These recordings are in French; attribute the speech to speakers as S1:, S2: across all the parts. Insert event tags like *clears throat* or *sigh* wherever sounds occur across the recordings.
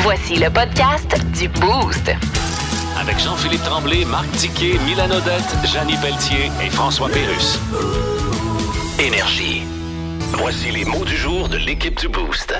S1: Voici le podcast du Boost.
S2: Avec Jean-Philippe Tremblay, Marc Tiquet, Milan Odette, Janine Pelletier et François Pérus. Énergie. Voici les mots du jour de l'équipe du Boost.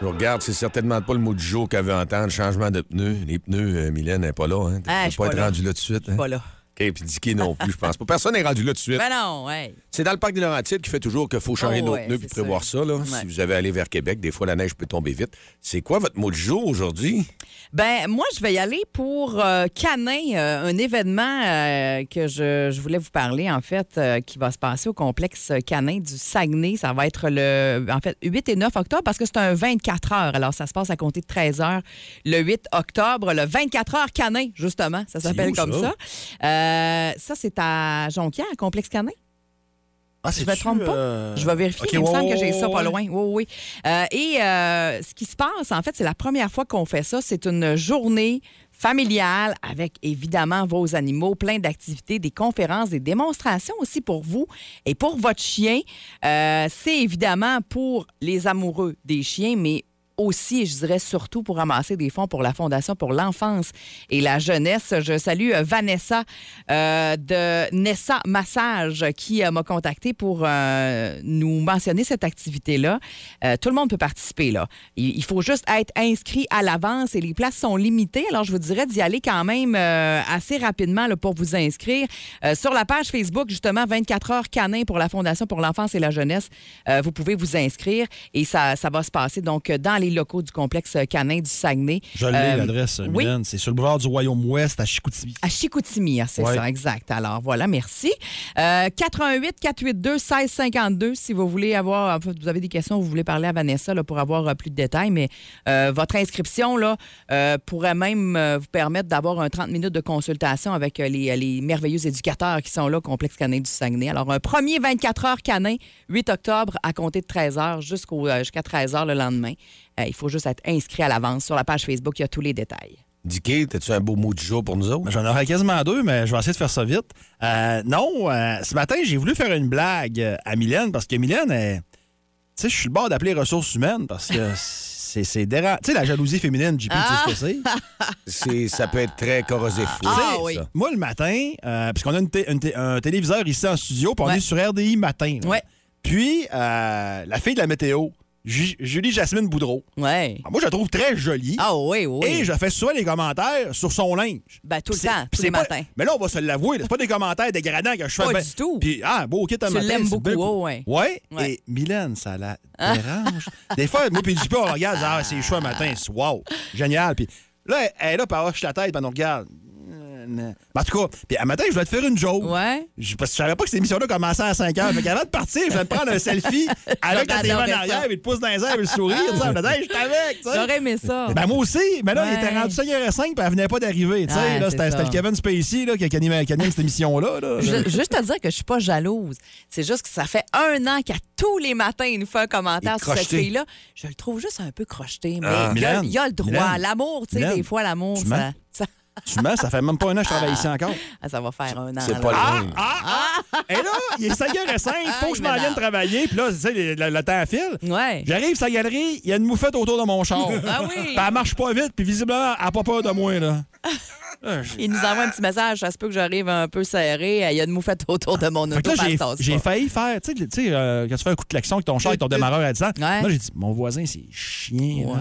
S3: Je regarde, c'est certainement pas le mot du jour qu'elle veut entendre. Changement de pneus. Les pneus, euh, Mylène n'est pas là. Hein? Tu
S4: Ah, je
S3: peux
S4: suis
S3: pas
S4: pas
S3: être
S4: là.
S3: rendu là tout de suite. hein?
S4: Pas là.
S3: OK, puis Dicky non plus, je pense pas. Personne n'est rendu là tout de suite.
S4: Ben non, hey.
S3: C'est dans le parc des Laurentides qui fait toujours qu'il faut changer
S4: Oh,
S3: nos
S4: ouais,
S3: pneus puis
S4: c'est
S3: prévoir ça.
S4: sûr.
S3: là.
S4: Ouais.
S3: Si vous avez allé vers Québec, des fois la neige peut tomber vite. C'est quoi votre mot du jour aujourd'hui?
S4: Ben, moi, je vais y aller pour euh, Canin, euh, un événement euh, que je, je voulais vous parler, en fait, euh, qui va se passer au complexe Canin du Saguenay. Ça va être le, en fait, 8 et 9 octobre parce que c'est un 24 heures. Alors, ça se passe à compter de 13 heures le 8 octobre. Le 24 heures Canin, justement, ça s'appelle
S3: où,
S4: comme
S3: ça?
S4: ça. Euh, ça, c'est à Jonquière, complexe Canin.
S3: Ah,
S4: Je me trompe pas. Je vais vérifier. Il me semble que j'ai ça pas loin. Oui, oui. Euh, et euh, ce qui se passe, en fait, c'est la première fois qu'on fait ça. C'est une journée familiale avec évidemment vos animaux, plein d'activités, des conférences, des démonstrations aussi pour vous et pour votre chien. Euh, c'est évidemment pour les amoureux des chiens, mais aussi, je dirais surtout pour ramasser des fonds pour la Fondation pour l'enfance et la jeunesse. Je salue euh, Vanessa euh, de Nessa Massage qui euh, m'a contacté pour euh, nous mentionner cette activité-là. Euh, tout le monde peut participer, là. Il, il faut juste être inscrit à l'avance et les places sont limitées. Alors, je vous dirais d'y aller quand même euh, assez rapidement là, pour vous inscrire. Euh, sur la page Facebook, justement, 24 heures canin pour la Fondation pour l'enfance et la jeunesse, euh, vous pouvez vous inscrire et ça, ça va se passer donc dans les locaux du complexe euh, canin du Saguenay.
S5: Je l'ai,
S4: Euh,
S5: l'adresse,
S4: oui.
S5: Mylène. C'est sur le boulevard du Royaume-Ouest à Chicoutimi.
S4: À Chicoutimi, hein, c'est
S5: Ouais.
S4: ça, exact. Alors voilà, merci. Euh, 88 482 1652 si vous voulez avoir, en fait, vous avez des questions, vous voulez parler à Vanessa là, pour avoir euh, plus de détails, mais euh, votre inscription là, euh, pourrait même euh, vous permettre d'avoir un 30 minutes de consultation avec euh, les, les merveilleux éducateurs qui sont là, au Complexe Canin du Saguenay. Alors un premier 24 heures canin, 8 octobre à compter de 13 heures jusqu'au euh, jusqu'à 13 heures le lendemain. Euh, il faut juste être inscrit à l'avance sur la page Facebook, il y a tous les détails.
S3: Dicky, t'as-tu un beau mot du jour pour nous
S5: *laughs*
S3: autres?
S5: Ben, J'en aurais quasiment deux, mais je vais essayer de faire ça vite. Euh, non, euh, ce matin, j'ai voulu faire une blague euh, à Mylène parce que Mylène, elle- tu sais, je suis le bord d'appeler ressources humaines parce que
S4: *laughs*
S5: c'est c'est déra... Tu sais, la jalousie féminine, JP, tu sais ce que c'est?
S3: C'est- Ça peut être très corrosif. là,
S5: Tu sais,
S4: Ah,
S3: ça.
S4: oui.
S5: Moi, le matin, euh, parce qu'on a une té- une té- un téléviseur ici en studio, puis on
S4: Ouais.
S5: est sur RDI matin. là.
S4: Ouais.
S5: Puis, euh, la fille de la météo, Ju- Julie Jasmine Boudreau.
S4: Ouais.
S5: Alors, moi, je la trouve très jolie.
S4: Ah oui, oui.
S5: Et je fais souvent les commentaires sur son linge.
S4: Ben, tout le
S5: C'est-
S4: temps,
S5: puis
S4: tous
S5: c'est
S4: les
S5: pas-
S4: matins.
S5: Mais là, on va se l'avouer, là, c'est pas des commentaires dégradants que je fais.
S4: Pas
S5: ben-
S4: du tout.
S5: Puis, ah, beau kit à
S4: Tu
S5: matin.
S4: l'aimes
S5: c'est
S4: beaucoup,
S5: bien cool.
S4: ouais,
S5: ouais.
S4: Ouais. Ah.
S5: Et Mylène,
S4: *laughs*
S5: ça la dérange. des fois, moi, puis JP, on regarde, ah, c'est chaud un matin, c'est wow, génial. Puis là, elle elle est là, puis elle hoche la tête, puis on regarde. Euh, non. Ben, En tout cas, puis à matin, je vais te faire une joke.
S4: Ouais.
S5: Je, parce que je savais pas que cette émission-là commençait à 5 heures. Fait qu'avant de partir, je vais me prendre
S4: *laughs*
S5: un selfie avec la télé en
S4: J'adorais ça.
S5: arrière, puis le pouce dans les airs, puis le sourire.
S4: *laughs*
S5: tu sais, en me disant, Hey, je suis avec, tu sais.
S4: J'aurais aimé ça.
S5: Ben moi aussi, mais là, il était
S4: Oh. Ouais.
S5: rendu 5h05 puis elle venait pas d'arriver. Tu sais,
S4: Ouais,
S5: là,
S4: c'est
S5: c'était
S4: ça.
S5: c'était le Kevin Spacey là, qui, qui animait, qui anime cette émission-là. là.
S4: Je- juste à dire que je suis pas jalouse. C'est juste que ça fait un an qu'à tous les matins, il nous fait un
S3: Il
S4: commentaire
S3: est
S4: sur cette
S3: crocheté.
S4: fille-là. Je le trouve juste un peu crocheté, mais
S3: Ah.
S4: il, y a,
S5: Mylène,
S4: il y a le droit.
S5: Mylène,
S4: L'amour, tu sais,
S5: Mylène,
S4: des fois, l'amour,
S5: tu
S4: ça,
S5: mens?
S4: ça,
S5: Tu mens, ça fait même pas un an que je travaille ici encore.
S4: ah, ça va faire un an.
S3: C'est
S4: là.
S3: pas
S4: Ah!
S3: loin.
S5: Et là, il est 5h05, faut que je m'en
S4: m'énerve.
S5: vienne travailler. Puis là, tu sais, le, le- le temps file.
S4: Ouais.
S5: J'arrive sur la galerie, il y a une moufette autour de mon
S4: Ah
S5: char.
S4: oui. Ah,
S5: Puis elle marche pas vite, puis visiblement, elle a pas peur de moi. là. Ah,
S4: Il nous envoie un petit message. Ça se peut que j'arrive un peu serré. Il y a une moufette autour de mon auto.
S5: Fait que là,
S4: ça
S5: j'ai-
S4: se tasse
S5: j'ai
S4: pas.
S5: failli faire, tu sais, tu sais, euh, quand tu fais un coup de klaxon avec ton char et ton démarreur à 10 ans,
S4: Ouais.
S5: moi j'ai dit, mon voisin, c'est chien. là.
S4: Ouais.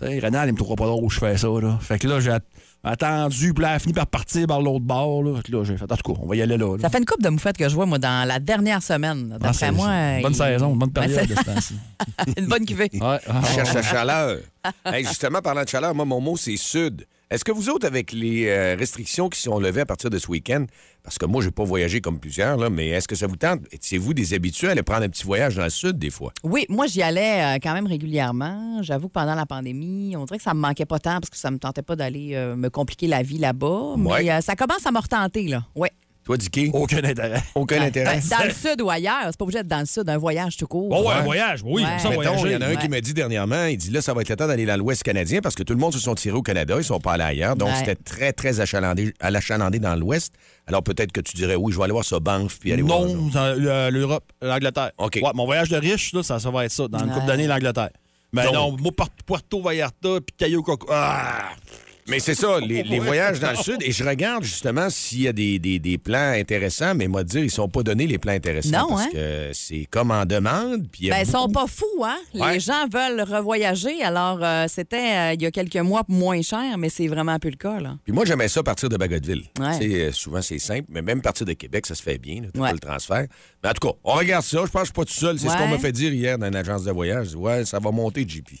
S5: Tu sais, Rénal, il me trouvera pas drôle, je fais ça, là. Fait que là, j'ai at- attendu, puis là, elle a fini par partir par l'autre bord, là. Fait que là, j'ai fait, en tout cas, on va y aller là. là.
S4: Ça fait une coupe de moufettes que je vois, moi, dans la dernière semaine. là.
S5: Ah,
S4: D'après
S5: c'est-
S4: moi. euh,
S5: c'est une Bonne
S4: il-
S5: saison, une bonne
S4: Ouais,
S5: période de ce temps-ci.
S4: c'est- *laughs* une bonne cuvée.
S5: Ouais, ah,
S3: Je cherche la chaleur. Hey, justement, parlant de chaleur, moi, mon mot, c'est sud. Est-ce que vous autres, avec les euh, restrictions qui sont levées à partir de ce week-end, parce que moi, j'ai pas voyagé comme plusieurs, là, mais est-ce que ça vous tente? Étiez-vous des habitués à aller prendre un petit voyage dans le sud, des fois?
S4: Oui, moi, j'y allais euh, quand même régulièrement. J'avoue que pendant la pandémie, on dirait que ça me manquait pas tant parce que ça me tentait pas d'aller euh, me compliquer la vie là-bas.
S3: Ouais.
S4: Mais euh, ça commence à me retenter, là. Oui.
S3: Toi, Dicky?
S4: Oh,
S5: Aucun intérêt.
S4: ben,
S3: Aucun intérêt.
S4: dans le sud ou ailleurs. C'est pas obligé d'être dans le sud, un voyage tout court.
S5: Oh, ouais, un voyage, oui,
S4: Ouais.
S5: comme ça,
S4: Mettons,
S3: Mettons, il y
S5: voyager.
S3: en a un qui
S4: Ouais.
S3: m'a dit dernièrement, il dit là, ça va être le temps d'aller dans l'Ouest canadien parce que tout le monde se sont tirés au Canada, ils sont pas allés ailleurs. Donc,
S4: Ouais.
S3: c'était très, très achalandé, à l'achalandé dans l'Ouest. Alors, peut-être que tu dirais, oui, je vais aller voir ça, Banff, puis aller voir.
S5: Non, dans, euh, l'Europe, l'Angleterre.
S3: OK.
S5: Ouais, mon voyage de riche, là, ça, ça va être ça, dans une
S4: Ouais.
S5: couple d'années, l'Angleterre. Mais
S3: Donc.
S5: non, moi, Port- Puerto Vallarta, puis Cayo Coco. Ah!
S3: Mais c'est ça, les, les voyages dans le sud. Et je regarde justement s'il y a des, des- des plans intéressants, mais moi dire, ils sont pas donnés les plans intéressants.
S4: Non,
S3: parce
S4: hein?
S3: que c'est comme en demande. Puis il y a
S4: Ben, ils sont pas
S3: beaucoup-
S4: fous, hein?
S3: Ouais.
S4: Les gens veulent revoyager. Alors, euh, c'était euh, il y a quelques mois moins cher, mais c'est vraiment plus le cas, là.
S3: Puis moi, j'aimais ça partir de Bagotville.
S4: Ouais.
S3: Tu sais, euh, souvent, c'est simple, mais même partir de Québec, ça se fait bien, là, t'as
S4: Ouais.
S3: pas le transfert. Mais en tout cas, on regarde ça. Je pense que je suis pas tout seul. C'est ce
S4: Ouais.
S3: qu'on m'a fait dire hier dans une agence de voyage. Ouais, ça va monter, JP.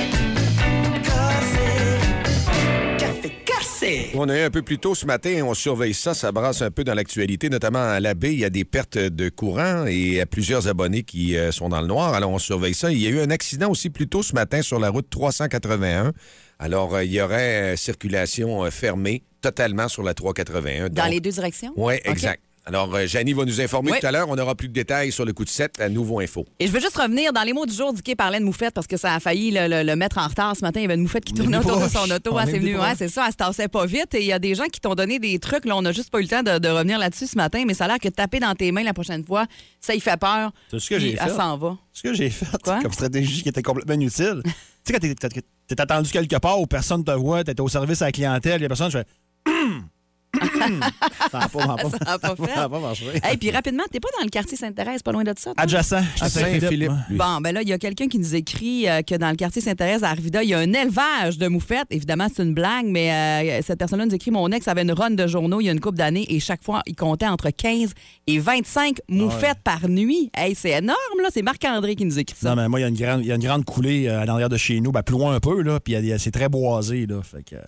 S3: On a eu un peu plus tôt ce matin, on surveille ça, ça brasse un peu dans l'actualité, notamment à la baie, il y a des pertes de courant et il y a plusieurs abonnés qui euh, sont dans le noir, alors on surveille ça. Il y a eu un accident aussi plus tôt ce matin sur la route 381, alors euh, il y aurait euh, circulation euh, fermée totalement sur la 381.
S4: Dans les deux directions?
S3: Oui,
S4: OK.
S3: exact. Alors, euh, Janie va nous informer
S4: Oui.
S3: tout à l'heure. On aura plus de détails sur le coup de 7 à Nouveau Info.
S4: Et je veux juste revenir dans les mots du jour. Dicky parlait de moufette parce que ça a failli le, le- le mettre en retard ce matin. Il y avait une moufette qui
S5: On est
S4: tournait
S5: venu
S4: autour de
S5: proche.
S4: son auto.
S5: On
S4: hein,
S5: est
S4: c'est venu,
S5: venu
S4: ouais,
S5: proche.
S4: c'est ça. Elle se tassait pas vite. Et il y a des gens qui t'ont donné des trucs. Là, on n'a juste pas eu le temps de, de revenir là-dessus ce matin. Mais ça a l'air que taper dans tes mains la prochaine fois, ça y fait peur.
S5: C'est ce que j'ai
S4: Puis
S5: fait.
S4: Elle s'en va.
S5: Ce que j'ai fait
S4: Quoi?
S5: comme stratégie qui était
S4: *laughs*
S5: complètement inutile. tu sais, quand t'es- t'es t'es attendu quelque part où personne te voit, t'es au service à la clientèle, il y a personne,
S4: *laughs*
S5: je fais. *clears throat* Hum! Hum! ça n'a pas, marché. *laughs*
S4: Ça a pas fait.
S5: Ah Ça a pas marché.
S4: Et puis rapidement, t'es pas dans le quartier Sainte-Thérèse, pas loin de ça. toi?
S5: Adjacent, à Saint-Philippe.
S3: lui.
S4: Bon, ben là, il y a quelqu'un qui nous écrit euh, que dans le quartier Saint-Thérèse, à Arvida, il y a un élevage de moufettes. Évidemment, c'est une blague, mais euh, cette personne-là nous écrit Mon ex avait une run de journaux il y a une couple d'années et chaque fois, il comptait entre 15 et 25 moufettes par nuit. Hey, c'est énorme, là. C'est Marc-André qui nous écrit ça.
S5: Non, mais moi, il y a une grande, il y a une grande coulée euh, à l'arrière de chez nous, ben, plus loin un peu, là, puis il y a des- c'est très boisé, là, fait que, euh,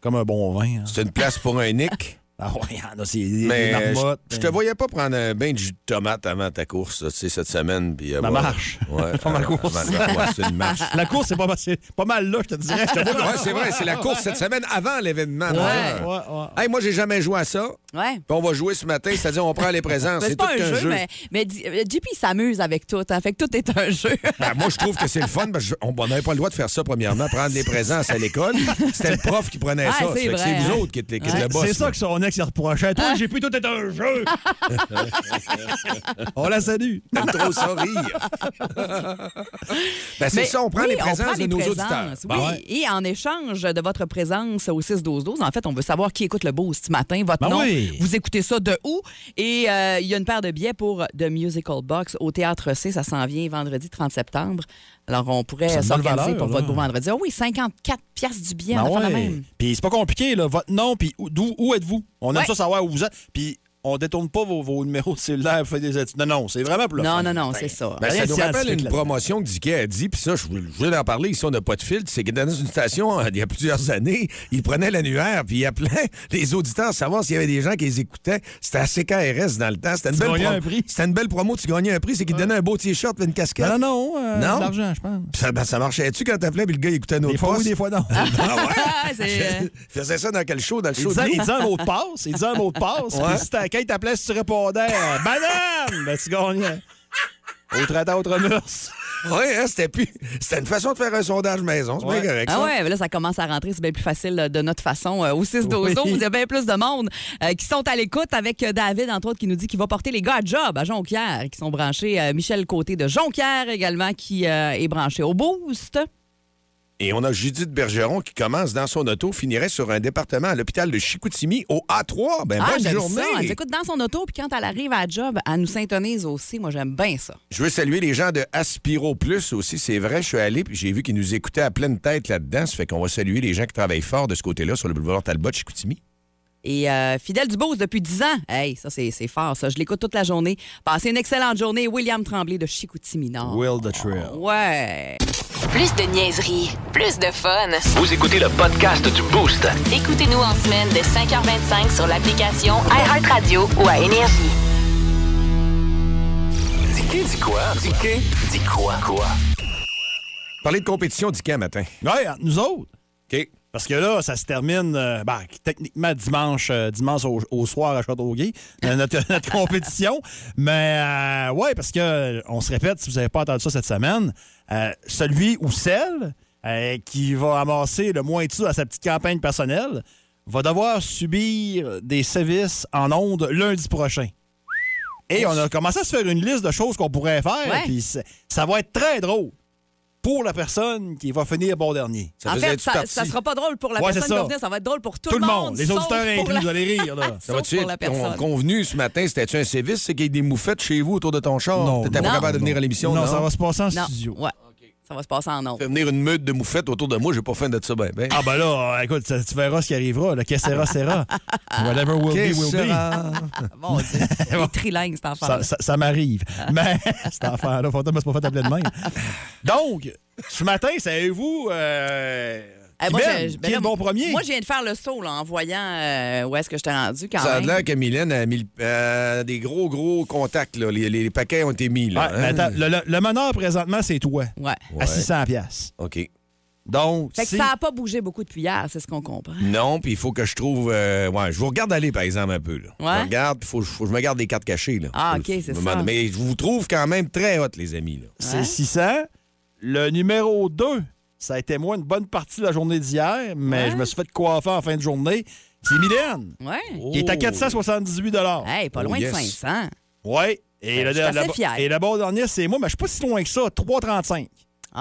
S5: comme un bon vin. hein.
S3: C'est une place pour un Nick.
S5: Ah ouais, il y en a, c'est des,
S3: Mais
S5: des
S3: euh,
S5: marmottes,
S3: je, je
S5: hein.
S3: te voyais pas prendre un bain de jus de tomate avant ta course, là, tu sais, cette semaine. Puis, euh,
S5: Ma
S3: voilà.
S5: marche.
S3: Ouais,
S5: *laughs* Pas ma
S3: euh,
S5: course.
S3: avant- ouais, c'est une marche.
S5: La course, c'est pas, mal- c'est pas mal là, je te dirais. Je te vois-
S3: Ouais, c'est vrai, c'est la course cette semaine avant l'événement.
S5: Ouais,
S3: majeur.
S5: ouais.
S3: Hey, moi, j'ai jamais joué à ça.
S4: Ouais.
S3: Puis on va jouer ce matin, c'est-à-dire on prend les
S4: Ben,
S3: présences.
S4: C'est
S3: c'est tout
S4: pas un
S3: qu'un
S4: jeu, *laughs*
S3: jeu.
S4: mais, mais J- euh, JP s'amuse avec tout. hein. fait que tout est un *laughs* jeu.
S3: *laughs* Ben, moi, je trouve que c'est le fun. parce que je- on on n'avait pas le droit de faire ça, premièrement, prendre les présences à l'école. C'était le prof qui prenait
S4: Ouais,
S3: ça.
S4: c'est
S3: Fait que
S4: vrai,
S3: c'est vous
S4: hein.
S3: autres qui étiez qui étiez
S5: C'est-
S3: le boss.
S5: C'est ça que son ex il reprochait. Toi, j'ai plutôt être un *laughs* jeu. On la salue.
S3: T'aimes
S4: *laughs*
S3: trop ça rire. ben, c'est
S4: Mais
S3: ça, on prend
S4: oui,
S3: les
S4: on
S3: présences
S4: prend les
S3: de nos
S4: présences,
S3: auditeurs.
S4: oui.
S3: Bon, ouais.
S4: Et en échange de votre présence au 6-12-12, en fait, on veut savoir qui écoute le Boost ce matin, votre
S5: Ben
S4: nom.
S5: oui.
S4: Vous écoutez ça de où? Et euh, il y a une paire de billets pour The Musical Box au Théâtre C. Ça s'en vient vendredi 30 septembre. Alors, on
S5: Ça a
S4: pourrait
S5: de bonne
S4: s'organiser
S5: valeur,
S4: pour
S5: là.
S4: votre beau vendredi. Ah oui, 54 piastres du billet,
S5: Ben
S4: on va faire la
S5: ouais.
S4: même.
S5: Puis c'est pas compliqué, là. Votre nom, puis où, d'où- où êtes-vous? On aime
S4: Ouais.
S5: ça savoir où vous êtes. Puis on détourne pas vos, vos numéros de cellulaire pour faire des études. Non, non, c'est vraiment pour le
S4: Non,
S5: fun.
S4: non, non,
S5: Ben,
S4: c'est ça.
S3: Ben, ça
S5: Rien de
S3: nous rappelle
S5: scientifique
S3: une
S5: là-dedans.
S3: promotion que Diquet a dit, puis ça, je voulais- je voulais en parler ici, on n'a pas de filtre. C'est que dans une station, *laughs* euh, il y a plusieurs années, il prenait l'annuaire, puis il appelait *laughs* les auditeurs à savoir s'il y avait des gens qui les écoutaient. C'était à CKRS dans le temps. C'était une,
S5: Tu
S3: belle
S5: gagnais
S3: promo.
S5: un prix.
S3: C'était une belle promo, tu gagnais un prix, c'est qu'il donnait un beau t-shirt, puis une casquette.
S5: Non, non, non. euh,
S3: Non?
S5: de L'argent, je pense.
S3: Puis Ça, ben, ça marchait-tu quand t'appelais, puis le gars il écoutait notre
S5: Des fois
S3: poste?
S5: oui, des fois non.
S3: *laughs* Ah
S4: Ah,
S5: *laughs*
S3: ouais?
S4: c'est-
S3: Je *laughs* faisais ça dans quel show? Dans le
S5: Il
S3: show de
S5: disait, il
S3: Lou?
S5: disait un mot de passe. Il disait un mot de passe.
S3: Ouais.
S5: Puis si t'as- quand il t'appelait, si tu répondais, euh, banane, ben tu gagnais. Autre attaque, autre mœurs.
S3: Ouais, hein, c'était plus. C'était une façon de faire un sondage maison. C'est
S5: Ouais.
S3: bien correct.
S4: Ah
S3: ça.
S4: ouais, ben là, ça commence à rentrer. C'est bien plus facile euh, de notre façon. euh, Au 6 12
S5: Oui.
S4: il y a bien plus de monde euh, qui sont à l'écoute avec euh, David, entre autres, qui nous dit qu'il va porter les gars à job à Jonquière, qui sont branchés. euh, Michel Côté de Jonquière également, qui euh, est branché au Boost.
S3: Eh Et on a Judith Bergeron qui commence dans son auto, finirait sur un département à l'hôpital de Chicoutimi au A3. Ben, bonne
S4: Ah, j'aime
S3: journée.
S4: ça. Elle nous écoute dans son auto, puis quand elle arrive à job, elle nous syntonise aussi. Moi, j'aime bien ça.
S3: Je veux saluer les gens de Aspiro Plus aussi. C'est vrai, je suis allé, puis j'ai vu qu'ils nous écoutaient à pleine tête là-dedans. Ça fait qu'on va saluer les gens qui travaillent fort de ce côté-là sur le boulevard Talbot de Chicoutimi.
S4: Et euh, fidèle du Boost depuis 10 ans. Hey, ça, c'est c'est fort, ça. Je l'écoute toute la journée. Passez une excellente journée. William Tremblay de Chicoutimi Nord.
S5: Will the Trail.
S4: Ouais.
S1: Plus de niaiserie, plus de fun.
S2: Vous écoutez le podcast du Boost.
S1: Écoutez-nous en semaine de 5h25 sur l'application iHeartRadio ou à Énergie.
S2: Diquet dit quoi? Diquet dit quoi? Quoi?
S3: Parler de compétition du camp matin.
S5: Ouais, entre nous autres.
S3: OK.
S5: Parce que là, ça se termine euh, ben, techniquement dimanche, euh, dimanche au, au soir à Châteauguay, *laughs* euh, notre, notre compétition. Mais euh, ouais, parce que on se répète, si vous n'avez pas entendu ça cette semaine, euh, celui ou celle euh, qui va amasser le moins de sous à sa petite campagne personnelle va devoir subir des sévices en ondes lundi prochain. Et on a commencé à se faire une liste de choses qu'on pourrait faire.
S4: Ouais.
S5: puis c'est- ça va être très drôle pour la personne qui va finir bon dernier.
S3: Ça
S4: en
S3: faisait
S4: fait,
S3: du
S4: ça,
S3: parti.
S4: ça sera pas drôle pour la
S5: Ouais,
S4: personne
S5: c'est
S4: qui
S5: ça.
S4: va venir, ça va être drôle pour tout,
S5: Tout le monde, les
S4: sauf
S5: auditeurs
S4: pour
S5: inclus,
S4: la-
S5: vous allez rire.
S4: *laughs*
S5: Là.
S4: sauf
S3: va-tu
S4: pour la
S3: être con-
S4: personne.
S3: convenu ce matin? C'était-tu un service? C'est qu'il y a des moufettes chez vous autour de ton char? T'étais pas
S4: non.
S3: capable de venir à l'émission?
S5: Non, ça va se passer en
S4: Non,
S5: studio.
S4: ouais. Ça va se passer en
S5: *laughs*
S4: ondes.
S3: Fais venir une meute de moufettes autour de moi, j'ai pas faim de ça, ben, ben.
S5: Ah ben là, euh, écoute, ça- tu verras ce qui arrivera. Le qu'est-ce sera, sera. Whatever will be, will be.
S4: Bon, c'est est trilingue, cet enfant.
S5: Ça, ça- ça m'arrive.
S4: Ah.
S5: Mais *laughs* cet enfant-là, Fantôme, c'est pas fait appeler de même. Donc, ce matin, savez-vous euh,
S4: Eh,
S5: qui
S4: moi,
S5: mène?
S4: je- je- ben
S5: Qui est
S4: là,
S5: le bon premier?
S4: Moi, je viens de faire le saut là, en voyant euh, où est-ce que je t'ai rendu quand
S3: Ça a
S4: même.
S3: l'air que Mylène a mis le- euh, des gros, gros contacts. Là. Les, les- les paquets ont été mis.
S5: Ouais,
S3: Là,
S5: mais
S3: hein?
S5: attends, le, le- le meneur, présentement, c'est toi,
S4: Ouais.
S5: à 600 piastres.
S3: OK.
S5: Donc,
S4: Fait que
S5: si-
S4: ça n'a pas bougé beaucoup depuis hier, c'est ce qu'on comprend.
S3: Non, puis il faut que je trouve. euh, ouais, je vous regarde aller, par exemple, un peu. Là.
S4: Ouais.
S3: Je regarde, puis faut, faut que je me garde des cartes cachées. Là.
S4: Ah,
S3: Faut-
S4: OK, c'est
S3: faut me demander-
S4: ça.
S3: Mais je vous trouve quand même très hot, les amis. Là.
S5: c'est
S4: Ouais.
S5: 600. Le numéro 2, ça a été moi une bonne partie de la journée d'hier, mais
S4: Ouais.
S5: je me suis fait coiffer en fin de journée. C'est Mylène,
S4: Ouais.
S5: qui est à 478
S4: Oh. Hey, pas
S3: Oh,
S4: loin
S3: yes.
S4: de 500.
S5: Oui. Et,
S4: Ben,
S5: le,
S4: je suis assez
S5: le-
S4: fière.
S5: et le bon dernier, c'est moi, mais je suis pas si loin que ça. 3,35.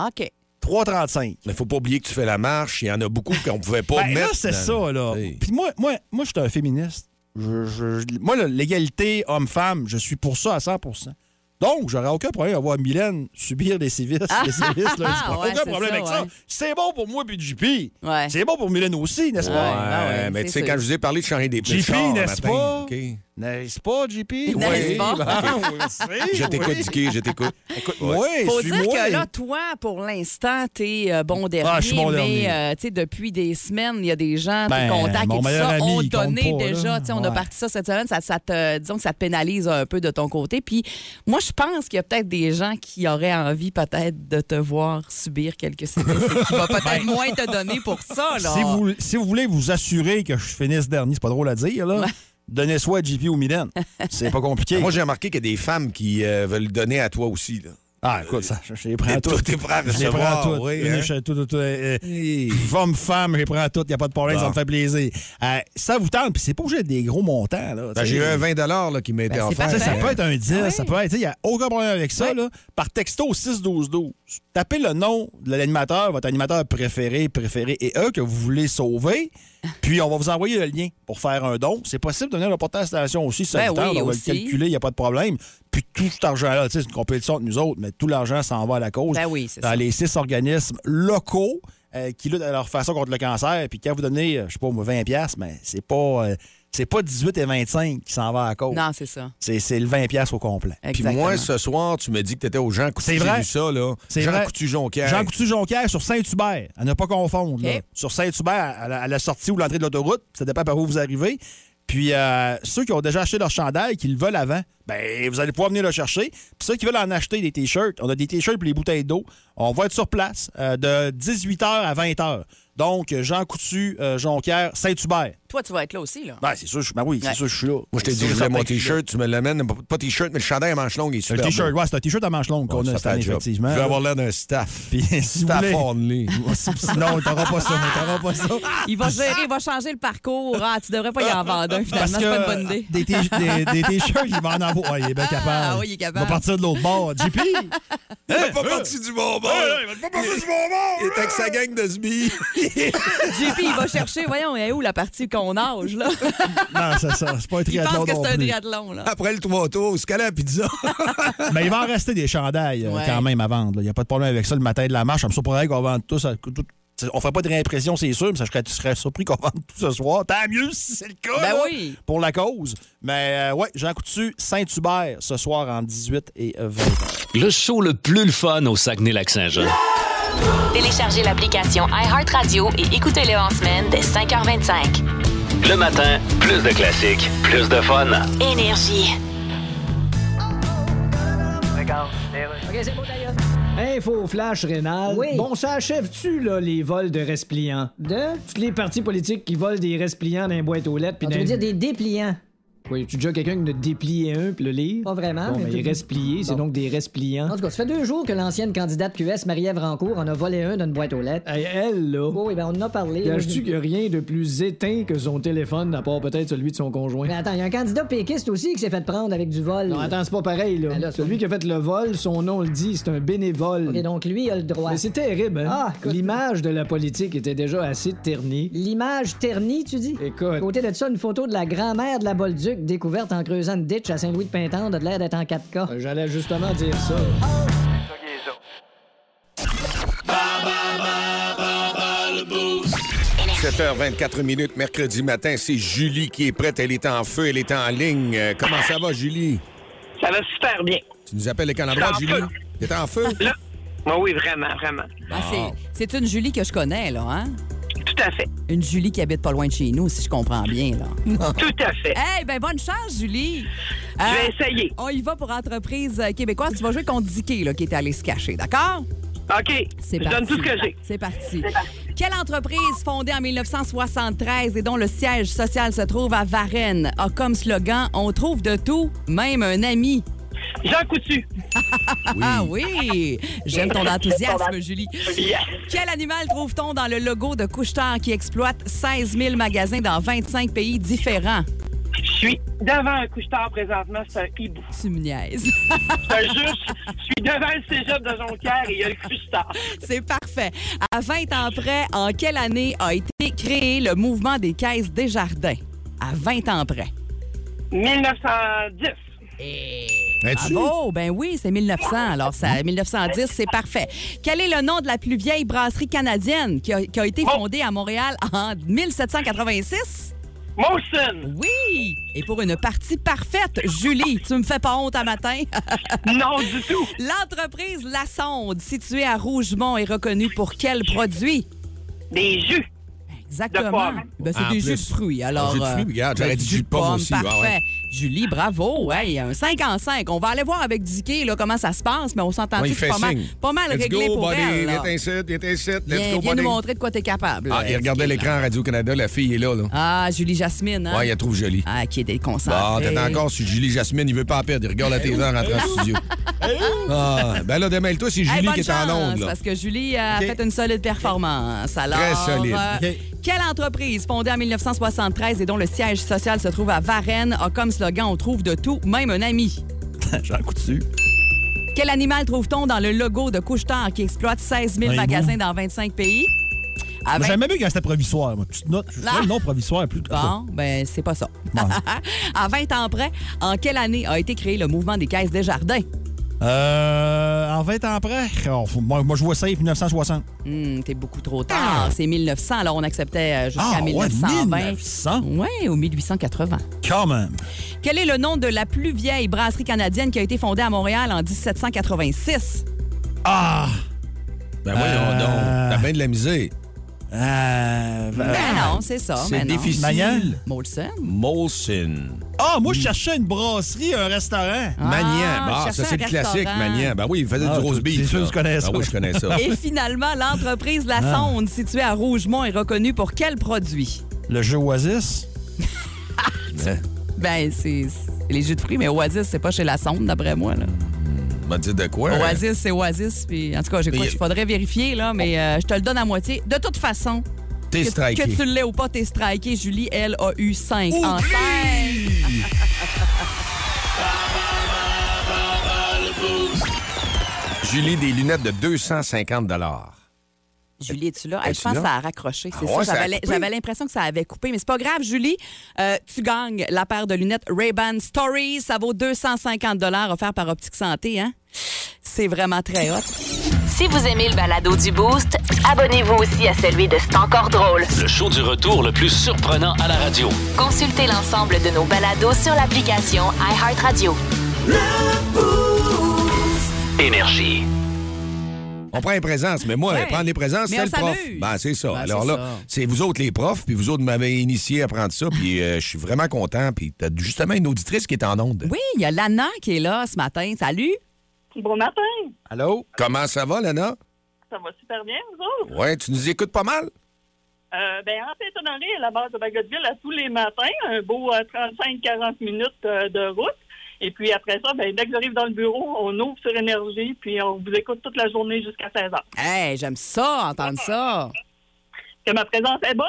S4: OK.
S5: 3,35.
S3: Mais faut pas oublier que tu fais la marche. Il y en a beaucoup qu'on pouvait pas
S5: Ben,
S3: mettre.
S5: là, c'est
S3: dans-
S5: ça, là.
S3: Hey.
S5: Puis moi, moi, moi je suis un féministe. Je- je- je- moi, là, l'égalité homme-femme, je suis pour ça à 100 Donc, j'aurais aucun problème à voir Mylène subir des sévices. des sévices là,
S4: Ah, *laughs* ouais,
S5: aucun
S4: c'est
S5: problème
S4: ça,
S5: avec ça.
S4: ouais.
S5: C'est bon pour moi puis JP.
S4: Ouais.
S5: C'est bon pour Mylène aussi, n'est-ce
S3: Ouais,
S5: pas?
S4: Ah ouais,
S3: mais
S4: c'est
S3: tu sais,
S4: sûr.
S3: quand je vous ai parlé de changer des pneus de
S5: JP,
S3: char un
S5: n'est-ce
S3: matin,
S5: pas?
S3: OK.
S5: N'est-ce pas, JP?
S4: N'est-ce
S5: Oui,
S4: pas?
S5: ben,
S3: *laughs*
S4: *laughs*
S5: oui, c'est,
S3: Je t'écoute,
S5: oui.
S3: Dicky, je t'écoute.
S5: Oui,
S4: Faut dire
S5: suis-moi.
S4: que là, toi, pour l'instant, t'es euh, bon dernier,
S5: Ah, je suis bon
S4: mais
S5: dernier.
S4: euh, tu sais, depuis des semaines, il y a des gens,
S5: Ben,
S4: tes contacts et
S5: mon
S4: tout
S5: meilleur
S4: ça,
S5: ami,
S4: ont
S5: il compte
S4: donné
S5: pas, là.
S4: déjà. Tu sais, On a
S5: Ouais.
S4: parti ça cette semaine, ça, ça te, disons que ça te pénalise un peu de ton côté. Puis moi, je pense qu'il y a peut-être des gens qui auraient envie peut-être de te voir subir quelques sévices et
S5: *laughs*
S4: qui va peut-être moins te donner pour ça. Là.
S5: Ben. Si vous, si vous voulez vous assurer que je finisse dernier, c'est pas drôle à dire, là, donnez soit à JP ou Mylène. C'est pas compliqué.
S3: Ah, Moi, j'ai remarqué qu'il y a des femmes qui euh, veulent donner à toi aussi. Là.
S5: ah, écoute, ça, je je les prends
S3: T'es-
S5: toutes.
S3: t'es prêt à
S5: Je les prends
S3: recevoir,
S5: toutes.
S3: oui,
S5: Une,
S3: hein?
S5: je- tout, tout, tout, euh, euh, Femme, femme, je les prends toutes. Il n'y a pas de problème,
S3: Bon.
S5: ça me fait plaisir. Euh, ça vous tente, puis c'est pas obligé d'être des gros montants.
S3: Ben,
S5: Là, tu sais.
S3: j'ai eu un 20 là, qui m'a été
S4: Ben, c'est
S3: offert.
S5: Tu sais, ça
S4: Ouais.
S5: peut être un 10, ça peut être. Il n'y a aucun problème avec ça. Là. Par texto au 6-12-12, tapez le nom de l'animateur, votre animateur préféré, préféré et eux que vous voulez sauver. Puis on va vous envoyer le lien pour faire un don. C'est possible de venir le porter à la station aussi, ça
S4: Ben
S5: vous tente,
S4: oui,
S5: on va
S4: aussi.
S5: le calculer, il n'y a pas de problème. Puis tout cet argent-là, tu sais, c'est une compétition entre nous autres, mais tout l'argent s'en va à la cause.
S4: Ben oui, c'est
S5: dans
S4: ça.
S5: les six organismes locaux euh, qui luttent à leur façon contre le cancer. Puis quand vous donnez, euh, je sais pas, moi, 20$, piastres, mais c'est pas. euh, c'est pas 18 et 25 qui s'en va à la cause.
S4: Non, c'est ça.
S5: C'est, c'est le 20 pièces au complet.
S3: Puis
S4: Exactement.
S3: moi, ce soir, tu me dis que t'étais au Jean Coutu.
S5: C'est
S3: J'ai
S5: vrai.
S3: vu ça, là.
S5: C'est
S3: Jean
S5: vrai.
S3: Coutu-Jonquière.
S5: Jean Coutu-Jonquière sur Saint-Hubert, à ne pas confondre. là.
S4: OK.
S5: Sur Saint-Hubert, à la, à la sortie ou l'entrée de l'autoroute, ça dépend par où vous arrivez. Puis euh, ceux qui ont déjà acheté leur chandail, qui le veulent avant, ben vous allez pouvoir venir le chercher. Puis ceux qui veulent en acheter des t-shirts, on a des t-shirts et des bouteilles d'eau. On va être sur place euh, de 18h à 20h. Donc, Jean Coutu, euh, Jonquière, Saint-Hubert.
S4: Toi, tu vas être là aussi, là.
S5: Ben, c'est sûr, je- ben oui,
S4: Ouais.
S5: c'est sûr, je suis là.
S3: Moi, je t'ai
S5: C'est
S3: dit, je
S5: sûr,
S3: voulais mon
S5: certain que je suis là.
S3: T-shirt, tu me l'amènes. Pas T-shirt, mais le chandail à manches longues, il est
S5: Le
S3: super.
S5: t-shirt,
S3: beau.
S5: ouais, c'est un t-shirt à manches longues qu'on
S3: Bon, ça
S5: a cette
S3: fait le
S5: année,
S3: job.
S5: effectivement.
S3: Je vais avoir l'air d'un staff.
S5: Puis, *laughs* si vous
S3: Staff
S5: voulez- *laughs*
S3: only.
S5: Sinon, on t'aura pas ça, on t'aura pas ça.
S4: Il va gérer, il va changer le parcours. Ah, tu devrais pas y en vendre un, finalement. C'est pas une bonne *laughs* idée.
S5: Des, t- des- des t-shirts, il va en avoir. Ouais, il est bien capable.
S4: Ah oui, il est capable.
S5: va partir de l'autre bord. JP!
S3: Il va pas parti du bon bord. Il va pas parti du bon bord. Il est avec sa gang de sbires.
S4: JP, il va chercher, voyons, elle est où la partie qu'on nage, là?
S5: Non, c'est ça. C'est pas un
S4: Il
S5: triathlon
S4: pense que
S5: non
S4: c'est un
S5: plus.
S4: triathlon, là.
S3: Après le trois tours, se caler à la pizza.
S5: Mais il va en rester des chandails euh,
S4: Ouais.
S5: quand même à vendre. là. Il n'y a pas de problème avec ça le matin de la marche. Je me surprendrait qu'on vende tout ça. tout- on ferait pas de réimpression, c'est sûr, mais ça, je serais, je serais surpris qu'on vende tout ce soir. Tant mieux si c'est le cas.
S4: Ben
S5: là,
S4: oui.
S5: Pour la cause. Mais euh, ouais, Jean Coutu, Saint-Hubert, ce soir en 18 et 20 h
S2: Le show le plus le fun au Saguenay-Lac-Saint-Jean.
S1: Téléchargez l'application iHeartRadio et écoutez-le en semaine dès 5h25.
S2: Le matin, plus de classiques, plus de fun.
S1: Énergie.
S6: Regarde, Info flash rénal.
S7: Oui.
S6: Bon, ça achève-tu, là, les vols de respliants?
S7: De?
S6: Toutes les partis politiques qui volent des respliants dans les boîtes aux lettres. Puis
S7: Ah, tu
S6: dans
S7: veux
S6: les-
S7: dire des dépliants.
S6: Oui, tu déjà quelqu'un qui ne dépliait un puis le lire?
S7: Pas vraiment,
S6: Bon,
S7: mais
S6: mais
S7: tout-
S6: les respliés, c'est
S7: Bon.
S6: donc des respliants.
S7: En tout cas, ça fait deux jours que l'ancienne candidate QS, Marie-Ève Rancourt, en a volé un d'une boîte aux lettres.
S6: Hey, elle, là,
S7: Ah. Oh, oui, ben on en a parlé.
S6: gage-tu qu'il n'y a rien de plus éteint que son téléphone, à part peut-être celui de son conjoint?
S7: Mais attends, il y a un candidat péquiste aussi qui s'est fait prendre avec du vol.
S6: Non, attends, c'est pas pareil, là.
S7: Ben là, c'est-
S6: Celui qui a fait le vol, son nom le dit, c'est un bénévole.
S7: Et donc lui, il a le droit.
S6: Mais c'est terrible, hein?
S7: Ah, écoute-
S6: L'image de la politique était déjà assez ternie.
S7: L'image ternie, tu dis? À
S6: Écoute,
S7: Côté de ça, une photo de la grand-mère de la Bolduc découverte en creusant une ditch à Saint-Louis-de-Pintendre de l'air d'être en 4K.
S6: euh, j'allais justement dire ça.
S1: Énergie.
S3: 7h24 minutes, mercredi matin, c'est Julie qui est prête. Elle est en feu, elle est en ligne. Euh, comment ça va, Julie?
S8: Ça va super bien.
S3: Tu nous appelles les canabras,
S8: Je suis en
S3: Julie? T'es en feu?
S8: Là, moi, oui, vraiment, vraiment.
S4: Ah, c'est- c'est une Julie que je connais, là, hein?
S8: Tout à fait.
S4: Une Julie qui habite pas loin de chez nous, si je comprends bien, là.
S8: *laughs* Tout à fait.
S4: Hey, ben bonne chance, Julie!
S8: Je vais
S4: Euh,
S8: essayer.
S4: on y va pour entreprise euh, québécoise. Tu vas jouer contre Dicky, là, qui est allé se cacher, d'accord?
S8: OK.
S4: C'est
S8: Je
S4: parti.
S8: donne tout ce que j'ai.
S4: C'est parti. Quelle entreprise fondée en 1973 et dont le siège social se trouve à Varennes a comme slogan On trouve de tout, même un ami.
S8: Jean Coutu.
S4: *laughs* Ah oui! J'aime ton enthousiasme, Julie.
S8: Yes.
S4: Quel animal trouve-t-on dans le logo de Couche-Tard qui exploite 16 000 magasins dans 25 pays différents?
S8: Je suis devant un couche-tard présentement. C'est un hibou.
S4: Tu me niaises.
S8: C'est juste, je suis devant le cégep de Jonquière et il y a le couche-tard.
S4: C'est parfait. À 20 ans près, en quelle année a été créé le mouvement des caisses Desjardins? À 20 ans près.
S8: 1910.
S3: Es-tu?
S4: Bravo! Ben oui, c'est 1900. Alors, ça, 1910, c'est parfait. Quel est le nom de la plus vieille brasserie canadienne qui a, qui a été fondée à Montréal en 1786?
S8: Mawson.
S4: Oui! Et pour une partie parfaite, Julie, tu me fais pas honte à matin. *laughs*
S8: Non, du tout.
S4: L'entreprise La Sonde, située à Rougemont, est reconnue pour quel produit?
S8: Des jus. De
S4: Exactement.
S8: pomme.
S4: Ben, c'est
S3: En
S4: des jus de
S3: plus.
S4: fruits. Alors,
S3: jus de
S4: euh,
S3: fruits, regarde, j'aurais
S4: ben,
S3: dit
S4: du
S3: jus de pomme aussi, ouais,
S4: Parfait. Julie, bravo. Hey, un 5 en 5. On va aller voir avec Dicky là, comment ça se passe, mais on s'entend
S3: Ouais, il
S4: c'est
S3: fait
S4: pas mal,
S3: signe.
S4: pas mal
S3: Let's
S4: réglé
S3: go,
S4: pour
S3: buddy.
S4: elle. là.
S3: Viens ici, viens ici. Let's
S4: Viens,
S3: go,
S4: viens
S3: buddy.
S4: nous montrer de quoi t'es capable.
S3: Ah,
S4: là,
S3: il regardait
S4: Dicky, là.
S3: l'écran Radio-Canada. La fille est là, là.
S4: Ah, Julie Jasmine. Hein?
S3: Ouais, il la trouve jolie.
S4: Ah, qui est déconcentrée.
S3: Ah, t'es encore sur Julie Jasmine, il veut pas en perdre. Il regarde la télé en rentrant au studio. Ah, ben là, démêle-toi, c'est
S4: Hey,
S3: Julie
S4: bonne
S3: qui est
S4: chance,
S3: en onde. là.
S4: Parce que Julie euh, a
S3: OK.
S4: fait une solide performance. Alors, euh,
S3: solide.
S5: OK.
S4: Quelle entreprise fondée en 1973 et dont le siège social se trouve à Varennes a comme slogan On trouve de tout, même un ami?
S5: J'en coûte dessus.
S4: Quel animal trouve-t-on dans le logo de Couche-Tard qui exploite 16 000
S5: Un
S4: magasins dans 25 pays? À 20
S5: Moi, J'aimais bien quand c'était provisoire. Moi. Petite note, je
S4: Ah.
S5: le nom provisoire plus tard.
S4: ben- Bon, ben, c'est pas ça.
S5: Bon.
S4: *laughs* à 20 ans près, en quelle année a été créé le mouvement des caisses des jardins?
S5: Euh, en 20 ans après, oh, faut- moi, moi, je vois ça, 1960.
S4: Hum, t'es beaucoup trop tard. C'est 1900. Alors, on acceptait euh, jusqu'à
S5: Ah, ouais,
S4: 1920.
S5: 1900.
S4: Ouais, ou 1880.
S5: Quand même.
S4: Quel est le nom de la plus vieille brasserie canadienne qui a été fondée à Montréal en 1786?
S5: Ah!
S3: Ben voyons
S5: Euh,
S3: donc, t'as bien de la misère.
S5: Euh,
S4: Ben
S5: euh,
S4: non, c'est ça.
S3: C'est
S4: ben non.
S3: difficile.
S5: Magnan?
S4: Molson.
S3: Molson.
S5: Ah, moi, je cherchais une brasserie, un restaurant.
S4: Ah.
S3: Magnan.
S4: je
S3: Bah,
S4: cherchais
S3: ça, c'est
S4: un
S3: le classique,
S4: restaurant.
S3: Magnan. Ben oui, il faisait
S5: Ah,
S3: du roast
S5: t'es
S3: beef.
S5: sûr que
S3: là.
S5: tu connais ça?
S3: Ben oui, je connais
S4: *laughs*
S3: ça.
S4: Et finalement, l'entreprise La
S5: Ah.
S4: Sonde, située à Rougemont, est reconnue pour quel produit?
S5: Le jeu Oasis.
S3: Hein?
S4: Ben, c'est c'est les jus de fruits, mais Oasis, c'est pas chez La Sonde, d'après moi. là.
S3: On m'a dit de quoi? hein?
S4: Oasis, c'est Oasis. Puis, en tout cas, j'écoute,
S3: Mais-
S4: il faudrait vérifier, là, mais euh, je te le donne à moitié. De toute façon,
S3: T'es
S4: que,
S3: striké.
S4: que tu l'aies ou pas, t'es striké. Julie, elle a eu 5 en 5.
S3: Julie, des lunettes de 250
S4: Julie, es-tu là? Hey, je
S3: Es-tu
S4: pense
S3: là?
S4: que ça a raccroché. C'est
S3: Ah
S4: ça.
S3: ouais, ça a
S4: J'avais l'im-
S3: coupé.
S4: J'avais l'impression que ça avait coupé, mais c'est pas grave, Julie. Euh, tu gagnes la paire de lunettes Ray-Ban Stories. Ça vaut 250 offert par Optique Santé. Hein? C'est vraiment très hot.
S1: Si vous aimez le balado du Boost, abonnez-vous aussi à celui de C'est encore drôle.
S2: Le show du retour le plus surprenant à la radio.
S1: Consultez l'ensemble de nos balados sur l'application iHeartRadio.
S2: Énergie.
S3: On prend les présences, mais moi,
S4: Ouais.
S3: prendre les présences,
S4: Mais
S3: c'est
S4: on
S3: le prof.
S4: s'amuse.
S3: Ben, c'est ça.
S4: Ben,
S3: Alors
S4: c'est
S3: là,
S4: ça.
S3: c'est vous autres les profs, puis vous autres m'avez initié à prendre ça, puis euh, je suis vraiment content. Puis t'as justement une auditrice qui est en onde.
S4: Oui, il y a Lana qui est là ce matin. Salut!
S9: Bon matin.
S5: Allô?
S3: Comment ça va, Lana?
S9: Ça va super bien, vous autres?
S3: Ouais, tu nous écoutes pas mal?
S9: Euh, ben, en Saint-Honoré, à la base de Bagotville, à tous les matins, un beau euh, 35-40 minutes euh, de route. Et puis après ça, ben, dès que j'arrive dans le bureau, on ouvre sur énergie, puis on vous écoute toute la journée jusqu'à 16 heures.
S4: Hey, j'aime ça, entendre ça.
S9: Que ma présence est bonne?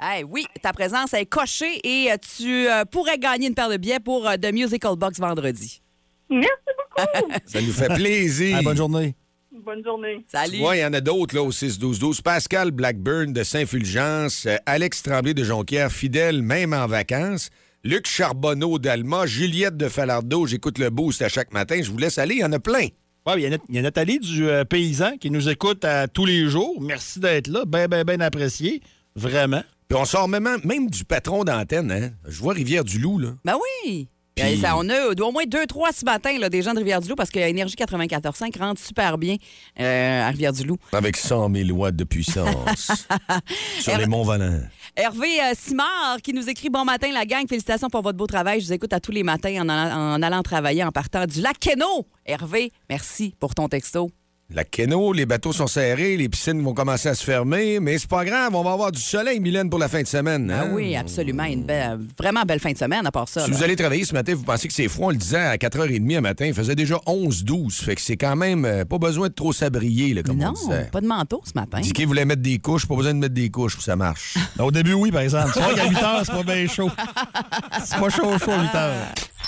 S4: Hey, oui, ta présence est cochée et euh, tu euh, pourrais gagner une paire de billets pour euh, The Musical Box vendredi.
S9: Merci beaucoup.
S3: Ça
S4: *laughs*
S3: nous fait plaisir.
S5: Ah, bonne journée.
S9: Bonne journée.
S4: Salut.
S3: Oui, il y en a d'autres là au 6-12-12. Pascal Blackburn de Saint-Fulgence, euh, Alex Tremblay de Jonquière, fidèle même en vacances. Luc Charbonneau d'Alma, Juliette de Falardeau, j'écoute le boost à chaque matin. Je vous laisse aller, il y en a plein.
S5: Ouais, il y, a Nat- il y a Nathalie du euh, Paysan qui nous écoute à tous les jours. Merci d'être là. Bien, bien, bien apprécié. Vraiment.
S3: Puis on sort même, même du patron d'antenne, hein? Je vois Rivière-du-Loup, là.
S4: Ben oui. Euh, ça, on a au moins deux, trois ce matin là, des gens de Rivière-du-Loup parce que Énergie 94.5 rentre super bien euh, à Rivière-du-Loup.
S3: Avec 100 000 watts de *laughs* puissance. sur les monts valins
S4: Hervé euh, Simard qui nous écrit Bon matin, la gang. Félicitations pour votre beau travail. Je vous écoute à tous les matins en, allant- en allant travailler, en partant du lac Keno. Hervé, merci pour ton texto.
S3: La Keno, les bateaux sont serrés, les piscines vont commencer à se fermer, mais c'est pas grave, on va avoir du soleil, Mylène, pour la fin de semaine.
S4: Ah
S3: hein?
S4: oui, absolument. Une belle- vraiment belle fin de semaine à part ça.
S3: Si
S4: là.
S3: vous allez travailler ce matin, vous pensez que c'est froid, on le disait à 4h30 un matin, il faisait déjà 11-12, fait que c'est quand même euh, pas besoin de trop sabrier, là, comme on
S4: Non,
S3: disait.
S4: pas de manteau ce matin.
S3: Dicky voulait mettre des couches, pas besoin de mettre des couches pour que ça *laughs* marche.
S5: Au début, oui, par exemple. Tu vois qu'à 8 heures, c'est pas bien chaud. C'est pas chaud, chaud à 8 heures.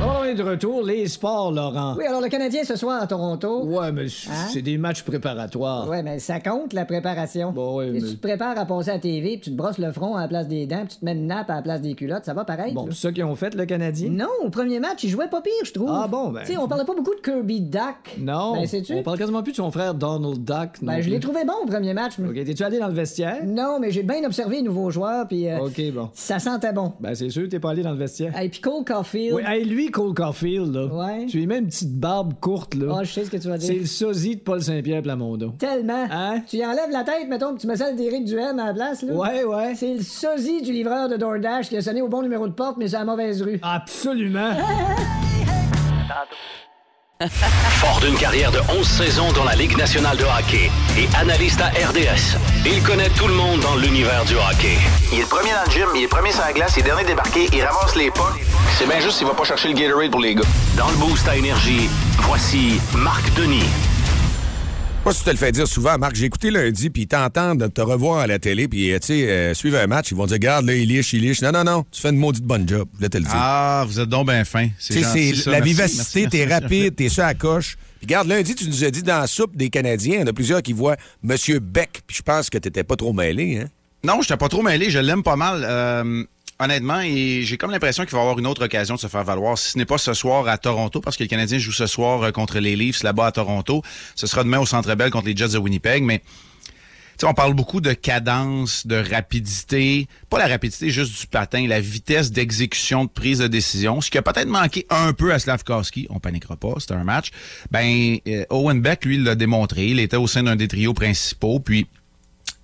S6: Alors, on est de retour. Les sports, Laurent.
S7: Oui, alors le Canadien ce soir à Toronto.
S6: Ouais, mais c-
S7: Hein?
S6: c'est des matchs préparatoires.
S7: Ouais, mais ça compte la préparation.
S6: Bon, Bah ouais,
S7: Si
S6: mais-
S7: Tu te prépares à passer à la TV, puis tu te brosses le front à la place des dents, puis tu te mets une nappe à la place des culottes, ça va pareil.
S6: Bon,
S7: là.
S6: c'est ça qu'ils ont fait, le Canadien?
S7: Non, au premier match, il jouait pas pire, je trouve.
S6: Ah bon, ben-
S7: Tu sais, on parlait pas beaucoup de Kirby Duck.
S6: Non.
S7: Ben, sais-tu?
S6: On parle quasiment plus de son frère Donald Duck. non
S7: Ben, je
S6: plus.
S7: l'ai trouvé bon au premier match. mais-
S6: OK, t'es-tu allé dans le vestiaire?
S7: Non, mais j'ai bien observé les nouveaux joueurs, puis euh,
S6: OK, bon.
S7: ça sentait bon.
S6: Ben, c'est sûr, t'es pas allé dans le vestiaire.
S7: Hey, puis Cole Caulfield.
S6: Oui, hey, lui, Cole Caulfield, là.
S7: Ouais.
S6: Tu lui mets une petite barbe courte, là.
S7: Ah, je sais ce que tu vas
S6: c'est
S7: dire.
S6: le sosie de Paul Saint-Pierre Plamondon.
S7: Tellement.
S6: Hein?
S7: Tu y enlèves la tête, mettons, puis tu mets celle d'Éric Duhem à la place, là.
S6: Ouais, ouais.
S7: C'est le sosie du livreur de DoorDash qui a sonné au bon numéro de porte, mais c'est à la mauvaise rue.
S6: Ah. Absolument.
S2: Fort d'une carrière de 11 saisons dans la Ligue nationale de hockey et analyste à RDS, il connaît tout le monde dans l'univers du hockey.
S10: Il est le premier dans le gym, il est premier sur la glace, il est dernier débarqué, il ramasse les pas. C'est bien juste s'il va pas chercher le Gatorade pour les gars.
S2: Dans le Boost à Énergie, voici Marc Denis.
S3: Moi, si tu te le fais dire souvent, Marc, j'ai écouté lundi, puis ils t'entendent te revoir à la télé, puis euh, tu sais, euh, suivre un match, ils vont dire, regarde, là, il liche, il liche. Non, non, non, tu fais une maudite bonne job, je voulais te le dire.
S11: Ah, vous êtes donc bien fin.
S3: Tu sais,
S11: gentil,
S3: c'est
S11: ça.
S3: la
S11: Merci,
S3: vivacité,
S11: merci,
S3: t'es
S11: merci.
S3: rapide, t'es ça à coche. Puis regarde, lundi, tu nous as dit dans la soupe des Canadiens, il y en a plusieurs qui voient Monsieur Beck, puis je pense que t'étais pas trop mêlé, hein?
S11: *laughs* Non, je t'ai pas trop mêlé, je l'aime pas mal. euh, honnêtement, et j'ai comme l'impression qu'il va avoir une autre occasion de se faire valoir, si ce n'est pas ce soir à Toronto, parce que le Canadien joue ce soir euh, contre les Leafs là-bas à Toronto. Ce sera demain au Centre Bell contre les Jets de Winnipeg, mais... Tu sais, on parle beaucoup de cadence, de rapidité, pas la rapidité juste du patin, la vitesse d'exécution de prise de décision, ce qui a peut-être manqué un peu à Slavkovski, on paniquera pas, c'était un match. Ben euh, Owen Beck lui il l'a démontré, il était au sein d'un des trios principaux puis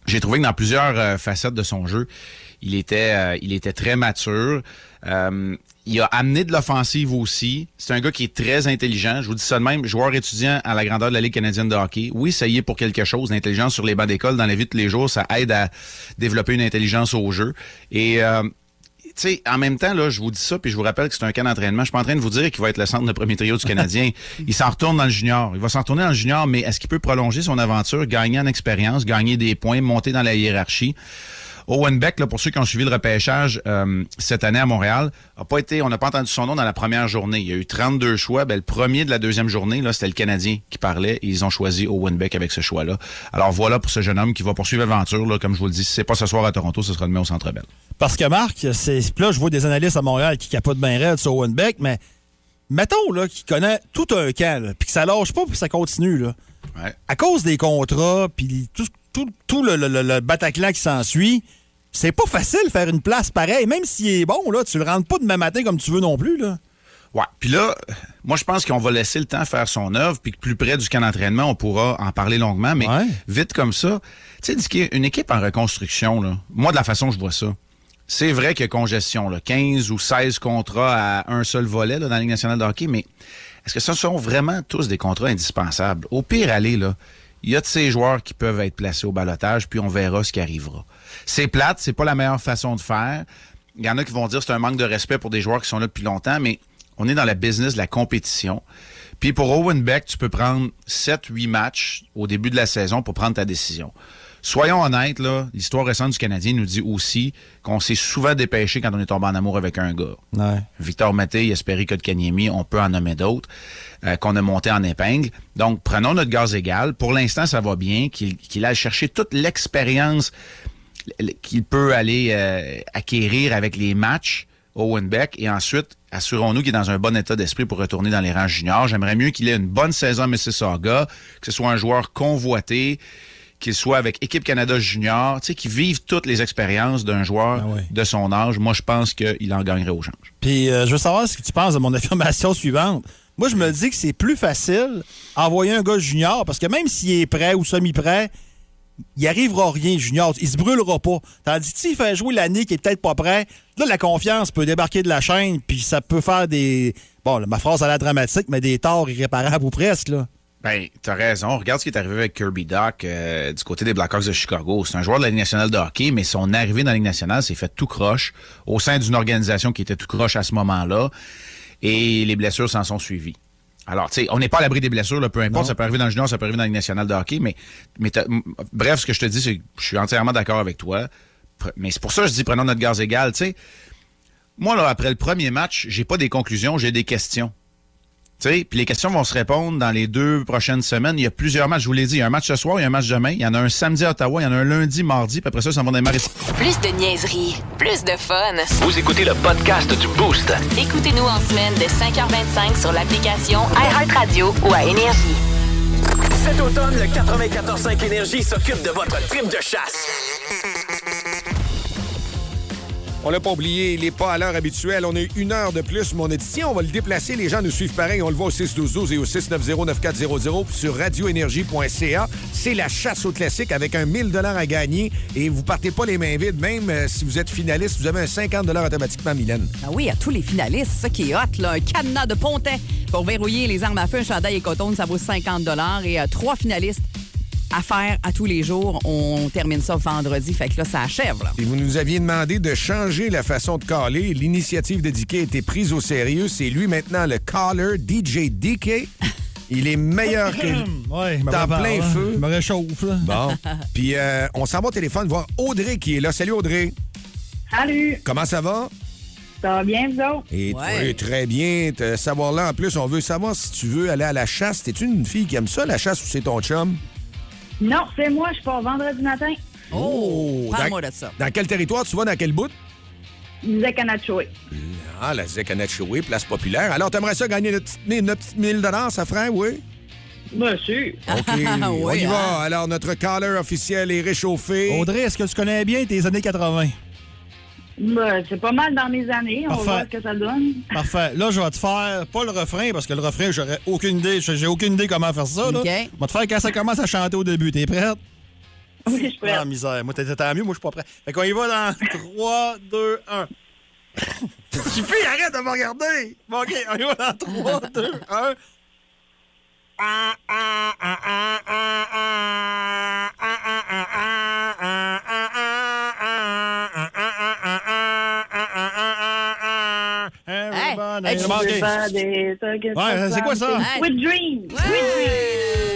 S11: j'ai trouvé que dans plusieurs euh, facettes de son jeu, il était, euh, il était très mature. Euh, il a amené de l'offensive aussi. C'est un gars qui est très intelligent. Je vous dis ça de même, joueur étudiant à la grandeur de la Ligue canadienne de hockey. Oui, ça y est pour quelque chose. L'intelligence sur les bancs d'école dans la vie de tous les jours, ça aide à développer une intelligence au jeu. Et euh, tu sais, en même temps, là, je vous dis ça, puis je vous rappelle que c'est un camp d'entraînement. Je suis pas en train de vous dire qu'il va être le centre de premier trio du Canadien. Il s'en retourne dans le junior. Il va s'en retourner dans le junior, mais est-ce qu'il peut prolonger son aventure, gagner en expérience, gagner des points, monter dans la hiérarchie? Owen Beck, là, pour ceux qui ont suivi le repêchage euh, cette année à Montréal, a pas été, on n'a pas entendu son nom dans la première journée. Il y a eu 32 choix. Ben, le premier de la deuxième journée, là, c'était le Canadien qui parlait. Et ils ont choisi Owen Beck avec ce choix-là. Alors voilà pour ce jeune homme qui va poursuivre l'aventure. là, Comme je vous le dis, si c'est pas ce soir à Toronto, ce sera demain au Centre Bell.
S5: Parce que Marc, c'est là, je vois des analystes à Montréal qui capotent bien raide sur Owen Beck, mais mettons là, qu'il connaît tout un camp, là, puis que ça lâche pas, puis que ça continue. Là.
S11: Ouais.
S5: À cause des contrats, puis tout, tout, tout le, le- le- le Bataclan qui s'ensuit, C'est pas facile faire une place pareille, même s'il est bon, là, tu le rentres pas demain matin comme tu veux non plus, là.
S11: Ouais. Puis là, moi, je pense qu'on va laisser le temps faire son œuvre, puis que plus près du camp d'entraînement, on pourra en parler longuement, mais vite comme ça. Tu sais, une équipe en reconstruction, là, moi, de la façon que je vois ça, c'est vrai qu'il y a congestion, là, 15 ou 16 contrats à un seul volet là, dans la Ligue nationale de hockey, mais est-ce que ce sont vraiment tous des contrats indispensables? Au pire, allez, là, il y a de ces joueurs qui peuvent être placés au balotage, puis on verra ce qui arrivera. C'est plate, c'est pas la meilleure façon de faire. Il y en a qui vont dire que c'est un manque de respect pour des joueurs qui sont là depuis longtemps, mais on est dans la business de la compétition. Puis pour Owen Beck, tu peux prendre 7-8 matchs au début de la saison pour prendre ta décision. Soyons honnêtes, là, l'histoire récente du Canadien nous dit aussi qu'on s'est souvent dépêché quand on est tombé en amour avec un gars.
S5: Ouais.
S11: Victor Maté, Espéry Kotkaniemi, on peut en nommer d'autres, euh, qu'on a monté en épingle. Donc, prenons notre gaz égal. Pour l'instant, ça va bien, qu'il qu'il aille chercher toute l'expérience qu'il peut aller euh, acquérir avec les matchs. Owen Beck. Et ensuite, assurons-nous qu'il est dans un bon état d'esprit pour retourner dans les rangs juniors. J'aimerais mieux qu'il ait une bonne saison à Mississauga, que ce soit un joueur convoité, qu'il soit avec Équipe Canada Junior, tu sais, qu'il vive toutes les expériences d'un joueur de son âge. Moi, je pense qu'il en gagnerait au change.
S5: Ah Puis euh, je veux savoir ce que tu penses de mon *laughs* affirmation suivante. Moi, je me dis que c'est plus facile envoyer un gars junior, parce que même s'il est prêt ou semi-prêt, il arrivera rien, Junior. Il se brûlera pas. Tandis que s'il fait jouer l'année qui est peut-être pas prêt, là, la confiance peut débarquer de la chaîne, puis ça peut faire des. Bon, là, ma phrase, elle est dramatique, mais des torts irréparables ou presque, là.
S11: Ben, t'as raison. Regarde ce qui est arrivé avec Kirby Doc euh, du côté des Blackhawks de Chicago. C'est un joueur de la Ligue nationale de hockey, mais son arrivée dans la Ligue nationale s'est fait tout croche au sein d'une organisation qui était tout croche à ce moment-là. Et les blessures s'en sont suivies. Alors, tu sais, on n'est pas à l'abri des blessures, là, peu importe, ça peut arriver dans le junior, ça peut arriver dans la Ligue nationale de hockey, mais, mais t'as- m- bref, ce que je te dis, c'est que je suis entièrement d'accord avec toi. Pre- Mais c'est pour ça que je dis prenons notre gaz égal, tu sais. Moi, là, après le premier match, j'ai pas des conclusions, j'ai des questions. Tu sais, puis les questions vont se répondre dans les deux prochaines semaines. Il y a plusieurs matchs, je vous l'ai dit. Il y a un match ce soir, il y a un match demain, il y en a un samedi à Ottawa, il y en a un lundi, mardi, puis après ça, ça va démarrer.
S1: Plus de niaiserie, plus de fun.
S2: Vous écoutez le podcast du Boost.
S1: Écoutez-nous en semaine de 5h25 sur l'application iHeartRadio ou à Énergie.
S12: Cet automne, le 94.5 Énergie s'occupe de votre trip de chasse.
S3: On l'a pas oublié, il n'est pas à l'heure habituelle. On a eu une heure de plus, mais on a dit si on va le déplacer, les gens nous suivent pareil. On le voit au 612 et au 690-9400 puis sur radioénergie.ca. C'est la chasse au classique avec un 1000 à gagner et vous partez pas les mains vides. Même euh, si vous êtes finaliste, vous avez un 50 automatiquement, Mylène.
S4: Ah oui, à tous les finalistes, c'est ça qui est hot, là, un cadenas de pontet pour verrouiller les armes à feu, un chandail et coton, ça vaut 50 et euh, trois finalistes à faire à tous les jours. On termine ça vendredi, fait que là, ça achève. Là.
S3: Et vous nous aviez demandé de changer la façon de caller. L'initiative de DK a été prise au sérieux. C'est lui maintenant le caller DJ DK. Il est meilleur que
S5: *laughs* Hum, Ouais, je me
S3: Dans
S5: prépare,
S3: plein
S5: hein.
S3: feu.
S5: Je me réchauffe, là.
S3: Bon. Puis euh, on s'en va au téléphone voir Audrey qui est là. Salut Audrey.
S13: Salut,
S3: Comment ça va?
S13: ça va bien, vous autres?
S3: Et oui, très bien. Te savoir là, en plus, on veut savoir si tu veux aller à la chasse. T'es-tu une fille qui aime ça, la chasse, ou c'est ton chum?
S13: Non, c'est moi, je pars vendredi matin.
S3: Oh!
S13: parle-moi
S3: dans-
S13: de ça.
S3: Dans quel territoire? Tu vas dans quel bout?
S13: Vous êtes Kanachoué.
S3: Ah, la Zekanachoué, place populaire. Alors, t'aimerais ça gagner notre petite mille- notre petite 1000 ça ferait, oui?
S13: Bien sûr.
S3: OK, on y va. Alors, notre caller officiel est réchauffé.
S5: Audrey, est-ce que tu connais bien tes années 80?
S13: Ben, c'est pas mal dans mes années, on va
S5: Parfait.
S13: voir ce que ça donne. *laughs*
S5: Parfait. Là, je vais te faire pas le refrain, parce que le refrain, j'aurais aucune idée. J'ai j'ai aucune idée comment faire ça. Là.
S13: OK.
S5: Je vais te faire quand ça commence à chanter au début. T'es prête?
S13: Oui, je suis prête.
S5: Ah, misère. Moi, t'étais tant mieux, moi, je suis pas prêt. Fait qu'on y va dans 3, 2, 1. Suffit, arrête de me regarder! Bon, OK, on y va dans 3, 2, 1. Everybody,
S13: Hey,
S5: everybody.
S13: everybody, talk it
S5: Ouais,
S13: up,
S5: c'est quoi ça?
S4: Hein,
S13: something. With Dream. With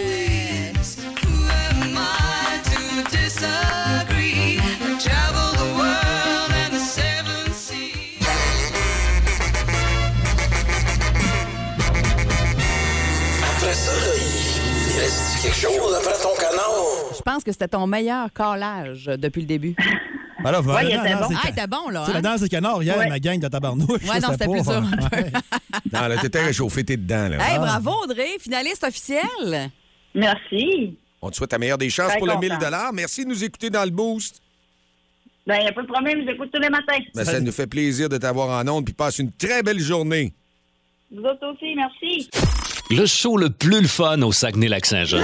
S12: Après ça, là, il, il reste quelque chose après ton canard.
S4: Je pense que c'était ton meilleur collage depuis le début.
S5: Ben là, vous m'avez
S4: Ouais, il
S5: la
S4: était
S5: danse
S4: bon.
S5: des
S4: Ah,
S5: ca-
S4: il était bon, là,
S5: Tu sais,
S4: hein?
S5: La danse des canards, hier,
S4: Ouais.
S5: ma gang de tabarnouche.
S4: Ouais, non, c'était plus
S5: ça.
S4: dur.
S3: Non, là, t'étais réchauffé, t'es dedans, là.
S4: Hey, bravo, Audrey, finaliste officielle.
S13: Merci.
S3: On te souhaite la meilleure des chances
S4: Très
S3: pour le
S4: content.
S3: 1000 Merci de nous écouter dans le boost.
S13: Ben, il n'y a pas de problème, je l'écoute tous les matins.
S3: Ben, ça nous fait plaisir de t'avoir en ondes, puis passe une très belle journée.
S13: Vous autres aussi, merci.
S2: Le show le plus le fun au Saguenay-Lac-Saint-Jean.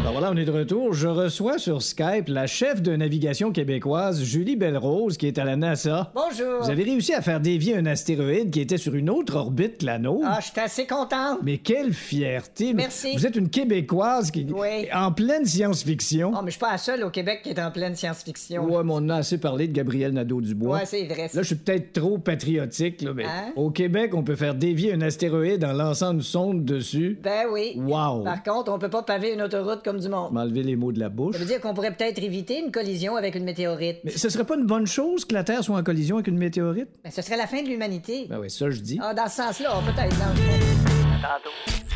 S6: Alors voilà, on est de retour. Je reçois sur Skype la chef de navigation québécoise, Julie Belrose, qui est à la NASA.
S14: Bonjour.
S6: Vous avez réussi à faire dévier un astéroïde qui était sur une autre orbite que la nôtre.
S14: Ah, je suis assez contente.
S6: Mais quelle fierté!
S14: Merci.
S6: Vous êtes une Québécoise qui
S14: Oui.
S6: en pleine science-fiction.
S14: Ah, mais je suis pas la seule au Québec qui est en pleine science-fiction.
S6: Ouais, mais on en a assez parlé de Gabriel Nadeau-Dubois.
S14: Ouais, c'est vrai, ça.
S6: Là, je suis peut-être trop patriotique, là, mais
S14: Hein?
S6: au Québec, on peut faire dévier un astéroïde en lançant une sonde dessus.
S14: Ben oui.
S6: Wow.
S14: Par contre, on peut pas paver une autoroute comme du monde.
S6: M'enlever les mots de la bouche.
S14: Ça veut dire qu'on pourrait peut-être éviter une collision avec une météorite.
S6: Mais ce serait pas une bonne chose que la Terre soit en collision avec une météorite?
S14: Mais Ben, ce serait la fin de l'humanité.
S6: Ben oui, ça je dis.
S14: Ah, dans ce sens-là, peut-être. dans le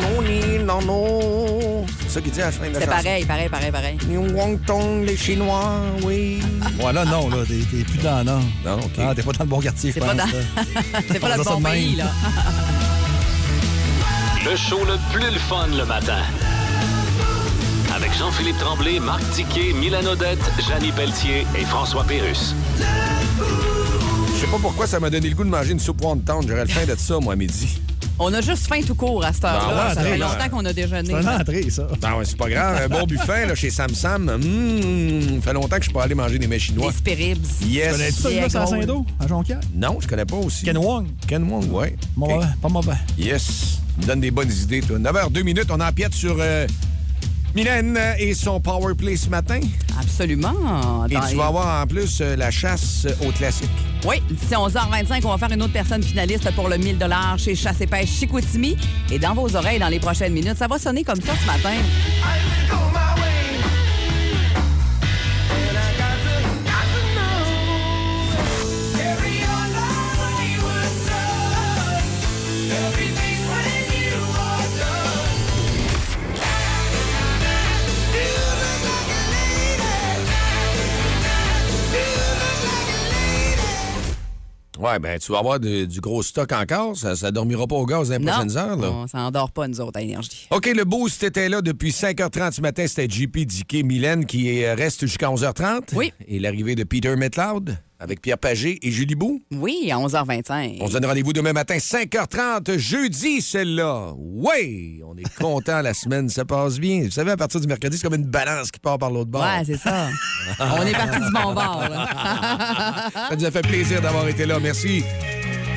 S3: Non, ni, non, non. C'est ça qu'il dit à la fin de la
S4: C'est
S3: chanson.
S4: pareil, pareil, pareil, pareil.
S3: Wong-Tong, les Chinois, oui.
S5: Ouais, là, non, là, t'es t'es plus dans, non.
S3: Non, OK.
S5: Ah, t'es pas dans le bon quartier, je
S4: C'est pas
S5: pense.
S4: dans-
S5: là.
S4: *laughs* C'est pas
S5: On
S4: le
S5: dit ça
S4: bon
S5: de même.
S4: pays, là.
S2: Le show le plus le fun le matin. Avec Jean-Philippe Tremblay, Marc Tiquet, Milan Odette, Janine Pelletier et François Pérus.
S3: Je sais pas pourquoi ça m'a donné le goût de manger une soupe wonton. J'aurais le faim de ça, moi, à midi.
S4: On a juste faim tout court à cette heure-là.
S3: Ben, ouais,
S4: ça fait
S3: non.
S4: longtemps qu'on a déjeuné.
S5: entrée, ça.
S3: Non, Ben ouais, c'est pas grave. Un *laughs* bon buffet, là, chez Sam Sam. Hum, fait longtemps que je peux aller manger des mets chinois.
S4: Des Spiribs.
S3: Yes.
S5: Connais-tu ça,
S4: Yeah,
S5: là, à
S4: gros.
S5: Saint-Do, à Jonquière?
S3: Non, je connais pas aussi.
S5: Ken Wong.
S3: Ken Wong, ouais.
S5: Mauvais,
S3: OK.
S5: Pas mauvais.
S3: Yes. Tu me donne des bonnes idées, toi. 9h, 2 minutes, on empiète sur euh, Mylène et son power play ce matin.
S4: Absolument.
S3: Et
S4: Dans-
S3: tu vas avoir en plus euh, la chasse au classique.
S4: Oui, d'ici 11h25, on va faire une autre personne finaliste pour le 1000 chez Chasse et Pêche Chicoutimi. Et dans vos oreilles, dans les prochaines minutes, ça va sonner comme ça ce matin.
S3: Ouais, ben tu vas avoir de- du gros stock encore. Ça, ça dormira pas au gaz dans les prochaines heures, là.
S4: on s'endort pas, nous autres, à Énergie.
S3: OK, le boost était là depuis 5h30 ce matin. C'était JP Diquet, Mylène qui euh, reste jusqu'à 11h30. Oui. Et l'arrivée de Peter Metloud avec Pierre Pagé et Julie Bou.
S4: Oui, à 11h25.
S3: On se donne rendez-vous demain matin, 5h30, jeudi, celle-là. Oui! On est content, *laughs* la semaine se passe bien. Vous savez, à partir du mercredi, c'est comme une balance qui part par l'autre bord.
S4: Ouais, c'est
S3: *laughs*
S4: ça. on est parti du bon bord. là. *laughs*
S3: Ça nous a fait plaisir d'avoir été là. Merci.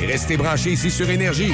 S3: Et restez branchés ici sur Énergie.